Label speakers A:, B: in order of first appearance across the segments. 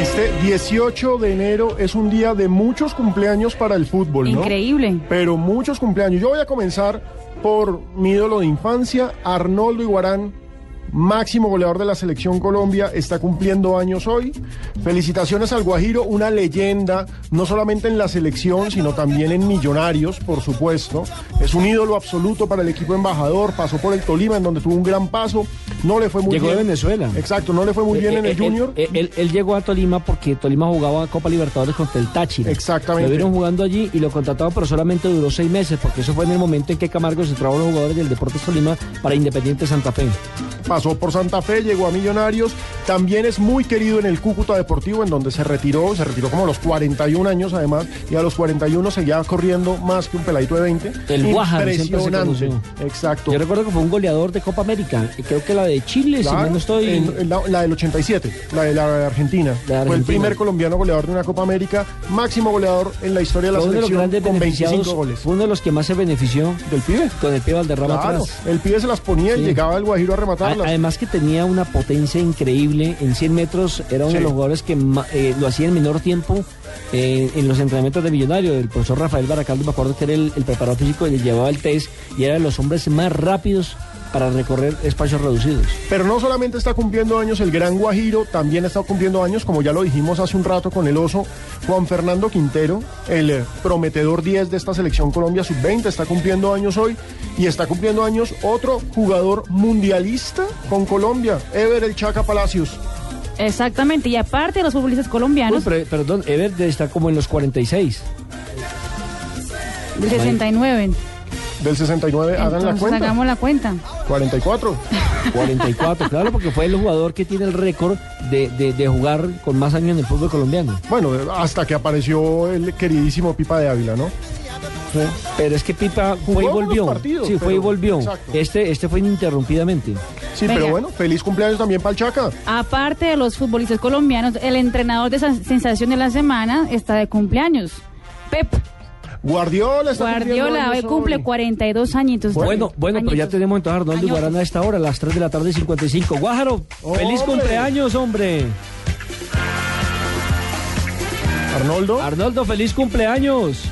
A: Este 18 de enero es un día de muchos cumpleaños para el fútbol, ¿no?
B: Increíble.
A: Pero muchos cumpleaños. Yo voy a comenzar por mi ídolo de infancia, Arnoldo Iguarán, máximo goleador de la selección Colombia, está cumpliendo años hoy. Felicitaciones al Guajiro, una leyenda, no solamente en la selección, sino también en Millonarios, por supuesto. Es un ídolo absoluto para el equipo embajador, pasó por el Tolima, en donde tuvo un gran paso. No le fue muy
C: Llegó de
A: bien.
C: Venezuela.
A: Exacto, no le fue muy bien en
C: Eh,
A: el
C: él-
A: Junior.
C: Él, él- él llegó a Tolima porque Tolima jugaba Copa Libertadores contra el Táchira.
A: Exactamente.
C: Lo vieron jugando allí y lo contrataron, pero solamente duró seis meses, porque eso fue en el momento en que Camargo se trajo a los jugadores del Deportes Tolima para Independiente Santa Fe.
A: pasó por Santa Fe, llegó a Millonarios, también es muy querido en el Cúcuta Deportivo, en donde se retiró, se retiró como a los 41 años además, y a los 41 seguía corriendo más que un peladito de 20.
C: El Guajar, siempre se
A: Impresionante.
C: conoció.
A: Exacto.
C: Yo recuerdo que fue un goleador de Copa América, y creo que la de Chile, si
A: Claro,
C: mal no estoy.
A: en- en la, la del 87, la de la de Argentina.
C: La de
A: Fue el
C: Argentina.
A: primer colombiano goleador de una Copa América, máximo goleador en la historia de la
C: fue uno de los
A: selección
C: grandes
A: con
C: beneficiados,
A: 25 goles.
C: fue uno de los que más se benefició
A: ¿Del pibe?
C: con el pie Valderrama
A: Claro,
C: atrás.
A: el pibe se las ponía y
C: Sí.
A: llegaba el Guajiro a
C: A-
A: rematarlas.
C: Además que tenía una potencia increíble, en 100 metros era uno
A: Sí.
C: de los jugadores que ma- eh, lo hacía en menor tiempo eh, en los entrenamientos de Millonario. El profesor Rafael Baracaldo, me acuerdo que era el, el preparador físico, le llevaba el test y era de los hombres más rápidos para recorrer espacios reducidos.
A: Pero no solamente está cumpliendo años el gran Guajiro, también está cumpliendo años, como ya lo dijimos hace un rato con el oso, Juan Fernando Quintero, el eh, prometedor 10 de esta selección Colombia sub-20, está cumpliendo años hoy y está cumpliendo años otro jugador mundialista con Colombia, Ever el Chaca Palacios.
B: Exactamente. Y aparte de los futbolistas
C: Uy,
B: colombianos,
C: pre- perdón, Ever está como en los 46.
B: del 69.
A: Del 69, hagan la
B: Entonces
A: cuenta.
B: hagamos la cuenta.
A: 44.
C: 44, claro, porque fue el jugador que tiene el récord de, de- de jugar con más años en el fútbol colombiano.
A: Bueno, eh, hasta que apareció el queridísimo Pipa de Ávila, ¿no?
C: Pero es que Pipa fue y
A: Jugó unos
C: volvió.
A: partidos,
C: sí, fue y
A: pero-
C: volvió.
A: exacto.
C: Este, este fue ininterrumpidamente.
A: Sí,
B: Venga.
A: pero bueno, feliz cumpleaños también para el Chaca.
B: Aparte de los futbolistas colombianos, el entrenador de esa sensación de la semana está de cumpleaños. Pep
A: Guardiola está cumpliendo
B: Guardiola
A: años
B: hoy cumple
A: hoy.
B: 42 añitos.
C: Bueno, bueno, pero ya
B: Añitos.
C: tenemos entonces a Arnoldo
B: Añosos.
C: Guarana a esta hora, a las 3 de la tarde 55. Guájaro, feliz
A: ¡Hombre!
C: cumpleaños, hombre.
A: Arnoldo.
C: Arnoldo, feliz cumpleaños.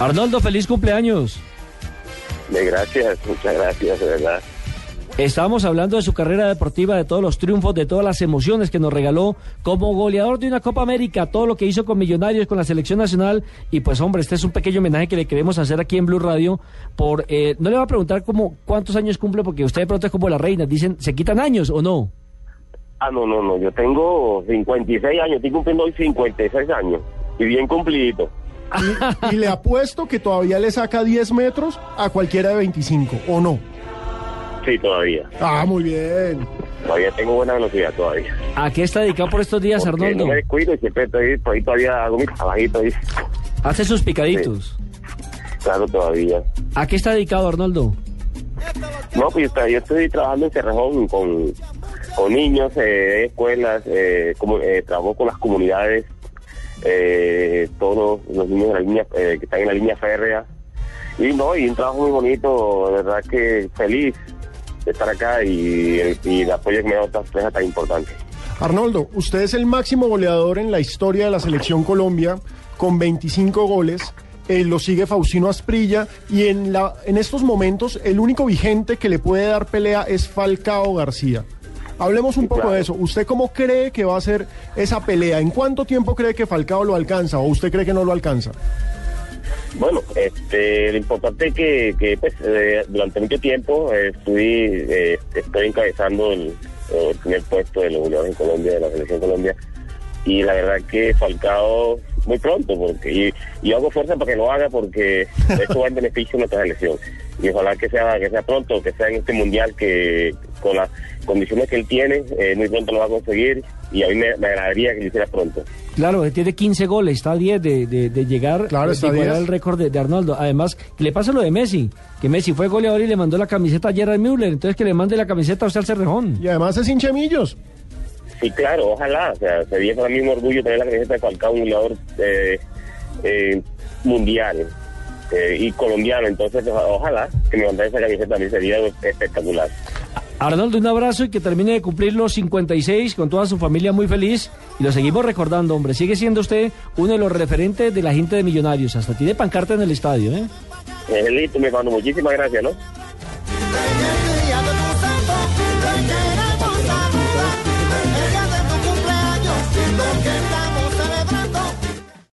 C: Arnoldo, feliz cumpleaños.
D: De gracias, muchas gracias, de verdad.
C: Estábamos hablando de su carrera deportiva, de todos los triunfos, de todas las emociones que nos regaló como goleador de una Copa América, todo lo que hizo con Millonarios, con la selección nacional. Y pues hombre, este es un pequeño homenaje que le queremos hacer aquí en Blue Radio. Por eh, No le va a preguntar como cuántos años cumple, porque usted de pronto es como la reina. Dicen, ¿se quitan años o no?
D: Ah, no, no, no, yo tengo 56 años, estoy cumpliendo hoy 56 años. Y bien cumplido.
A: Y le apuesto que todavía le saca 10 metros a cualquiera de 25, ¿o no?
D: Sí, todavía.
A: Ah, muy bien.
D: Todavía tengo buena velocidad todavía.
C: ¿A qué está dedicado por estos días,
D: Porque
C: Arnoldo?
D: no me descuido y siempre estoy, por ahí todavía hago mi trabajito ahí.
C: Hace sus picaditos.
D: Claro, todavía.
C: ¿A qué está dedicado, Arnoldo?
D: No, pues yo, tra- yo estoy trabajando en Cerrejón con, con niños, eh, escuelas, eh, como, eh, trabajo con las comunidades, eh, todos los niños de la línea, eh, que están en la línea férrea. Y no, y un trabajo muy bonito, de verdad que feliz de estar acá y, y el apoyo que me da esta empresa tan importante.
A: Arnoldo, usted es el máximo goleador en la historia de la selección Colombia, con 25 goles. eh, lo sigue Faustino Asprilla y en, la, en estos momentos el único vigente que le puede dar pelea es Falcao García. Hablemos un
D: Sí,
A: poco
D: claro.
A: de eso. ¿Usted cómo cree que va a ser esa pelea? ¿En cuánto tiempo cree que Falcao lo alcanza o usted cree que no lo alcanza?
D: Bueno, este, lo importante es que, que, pues, eh, durante mucho tiempo eh, fui, eh, estoy encabezando el, el primer puesto de los goleadores en Colombia, de la selección Colombia, y la verdad que Falcao muy pronto, porque y, y hago fuerza para que lo haga porque esto va en beneficio de nuestra selección. Y ojalá que sea, que sea pronto, que sea en este mundial que con las condiciones que él tiene, eh, muy pronto lo va a conseguir y a mí me, me agradaría que lo hiciera pronto.
C: Claro, él tiene 15 goles, está a 10 de, de, de llegar
A: Claro,
C: de
A: está a
C: igualar
A: 10.
C: el récord de, de Arnaldo. Además, que le pasa lo de Messi, que Messi fue goleador y le mandó la camiseta a Gerard Müller, entonces que le mande la camiseta a usted al Cerrejón.
A: Y además es hinchemillos.
D: Sí, claro, ojalá. O sea, sería para mí un orgullo tener la camiseta de Falcao, un jugador eh, eh, mundial eh, y colombiano. Entonces, oja- ojalá que me mandara esa camiseta a mí sería espectacular.
C: Arnaldo, un abrazo y que termine de cumplir los 56 con toda su familia muy feliz. Y lo seguimos recordando, hombre. Sigue siendo usted uno de los referentes de la gente de Millonarios. Hasta tiene pancarta en el estadio, ¿eh?
D: Eh, listo, mi hermano, muchísimas gracias, ¿no?